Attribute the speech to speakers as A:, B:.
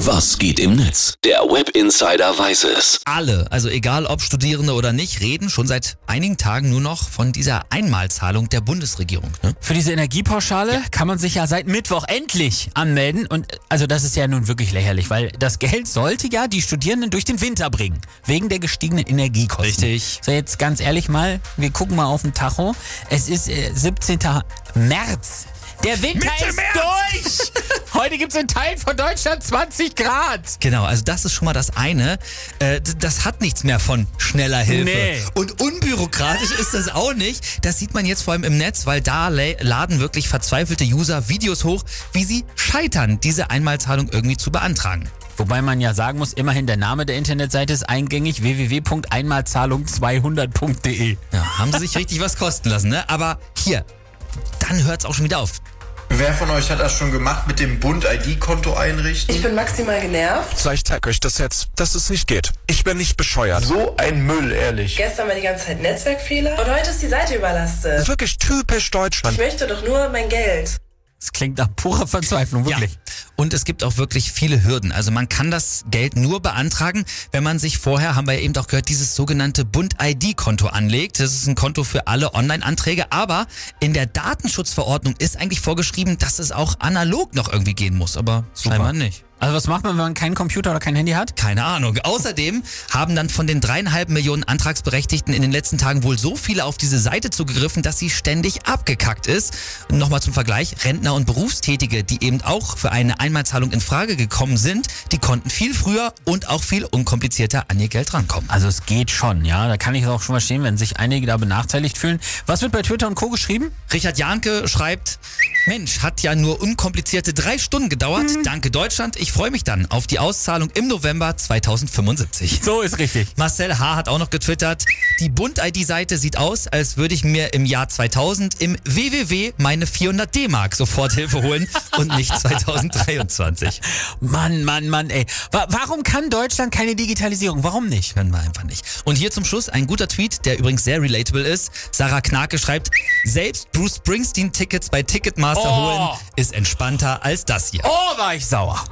A: Was geht im Netz? Der Web Insider weiß es.
B: Alle, also egal ob Studierende oder nicht, reden schon seit einigen Tagen nur noch von dieser Einmalzahlung der Bundesregierung. Ne?
C: Für diese Energiepauschale kann man sich ja seit Mittwoch endlich anmelden. Und äh, also das ist ja nun wirklich lächerlich, weil das Geld sollte ja die Studierenden durch den Winter bringen. Wegen der gestiegenen Energiekosten.
B: Richtig.
C: So, jetzt ganz ehrlich mal, wir gucken mal auf den Tacho. Es ist äh, 17. März. Der Winter
B: Mitte
C: ist
B: März!
C: durch! Heute gibt es in Teilen von Deutschland 20 Grad.
B: Genau, also das ist schon mal das eine. Äh, d- das hat nichts mehr von schneller Hilfe.
C: Nee.
B: Und unbürokratisch ist das auch nicht. Das sieht man jetzt vor allem im Netz, weil da lä- laden wirklich verzweifelte User Videos hoch, wie sie scheitern, diese Einmalzahlung irgendwie zu beantragen.
C: Wobei man ja sagen muss, immerhin der Name der Internetseite ist eingängig www.einmalzahlung200.de.
B: Ja, haben sie sich richtig was kosten lassen, ne? Aber hier, dann hört's auch schon wieder auf.
D: Wer von euch hat das schon gemacht mit dem Bund ID-Konto einrichten?
E: Ich bin maximal genervt.
F: Ich zeig euch das jetzt, dass es nicht geht. Ich bin nicht bescheuert.
D: So ein Müll, ehrlich.
E: Gestern war die ganze Zeit Netzwerkfehler und heute ist die Seite überlastet.
F: Wirklich typisch Deutschland.
E: Ich möchte doch nur mein Geld.
C: Das klingt nach purer Verzweiflung, wirklich.
B: Ja. Und es gibt auch wirklich viele Hürden. Also man kann das Geld nur beantragen, wenn man sich vorher, haben wir ja eben auch gehört, dieses sogenannte Bund-ID-Konto anlegt. Das ist ein Konto für alle Online-Anträge. Aber in der Datenschutzverordnung ist eigentlich vorgeschrieben, dass es auch analog noch irgendwie gehen muss. Aber scheinbar nicht.
C: Also was macht man, wenn man keinen Computer oder kein Handy hat?
B: Keine Ahnung. Außerdem haben dann von den dreieinhalb Millionen Antragsberechtigten in den letzten Tagen wohl so viele auf diese Seite zugegriffen, dass sie ständig abgekackt ist. Und Nochmal zum Vergleich, Rentner und Berufstätige, die eben auch für eine Einmalzahlung in Frage gekommen sind, die konnten viel früher und auch viel unkomplizierter an ihr Geld rankommen.
C: Also es geht schon, ja. Da kann ich es auch schon verstehen, wenn sich einige da benachteiligt fühlen. Was wird bei Twitter und Co. geschrieben?
B: Richard Janke schreibt, Mensch, hat ja nur unkomplizierte drei Stunden gedauert.
C: Mhm.
B: Danke Deutschland. Ich freue mich dann auf die Auszahlung im November 2075.
C: So ist richtig.
B: Marcel H. hat auch noch getwittert, die Bund-ID-Seite sieht aus, als würde ich mir im Jahr 2000 im www meine 400 D-Mark Soforthilfe holen und nicht 2023.
C: Mann, Mann, Mann, ey. Wa warum kann Deutschland keine Digitalisierung? Warum nicht?
B: Können wir einfach nicht. Und hier zum Schluss ein guter Tweet, der übrigens sehr relatable ist. Sarah Knake schreibt, selbst Bruce Springsteen-Tickets bei Ticketmaster
C: Oh.
B: holen ist entspannter als das hier.
C: Oh, war ich sauer.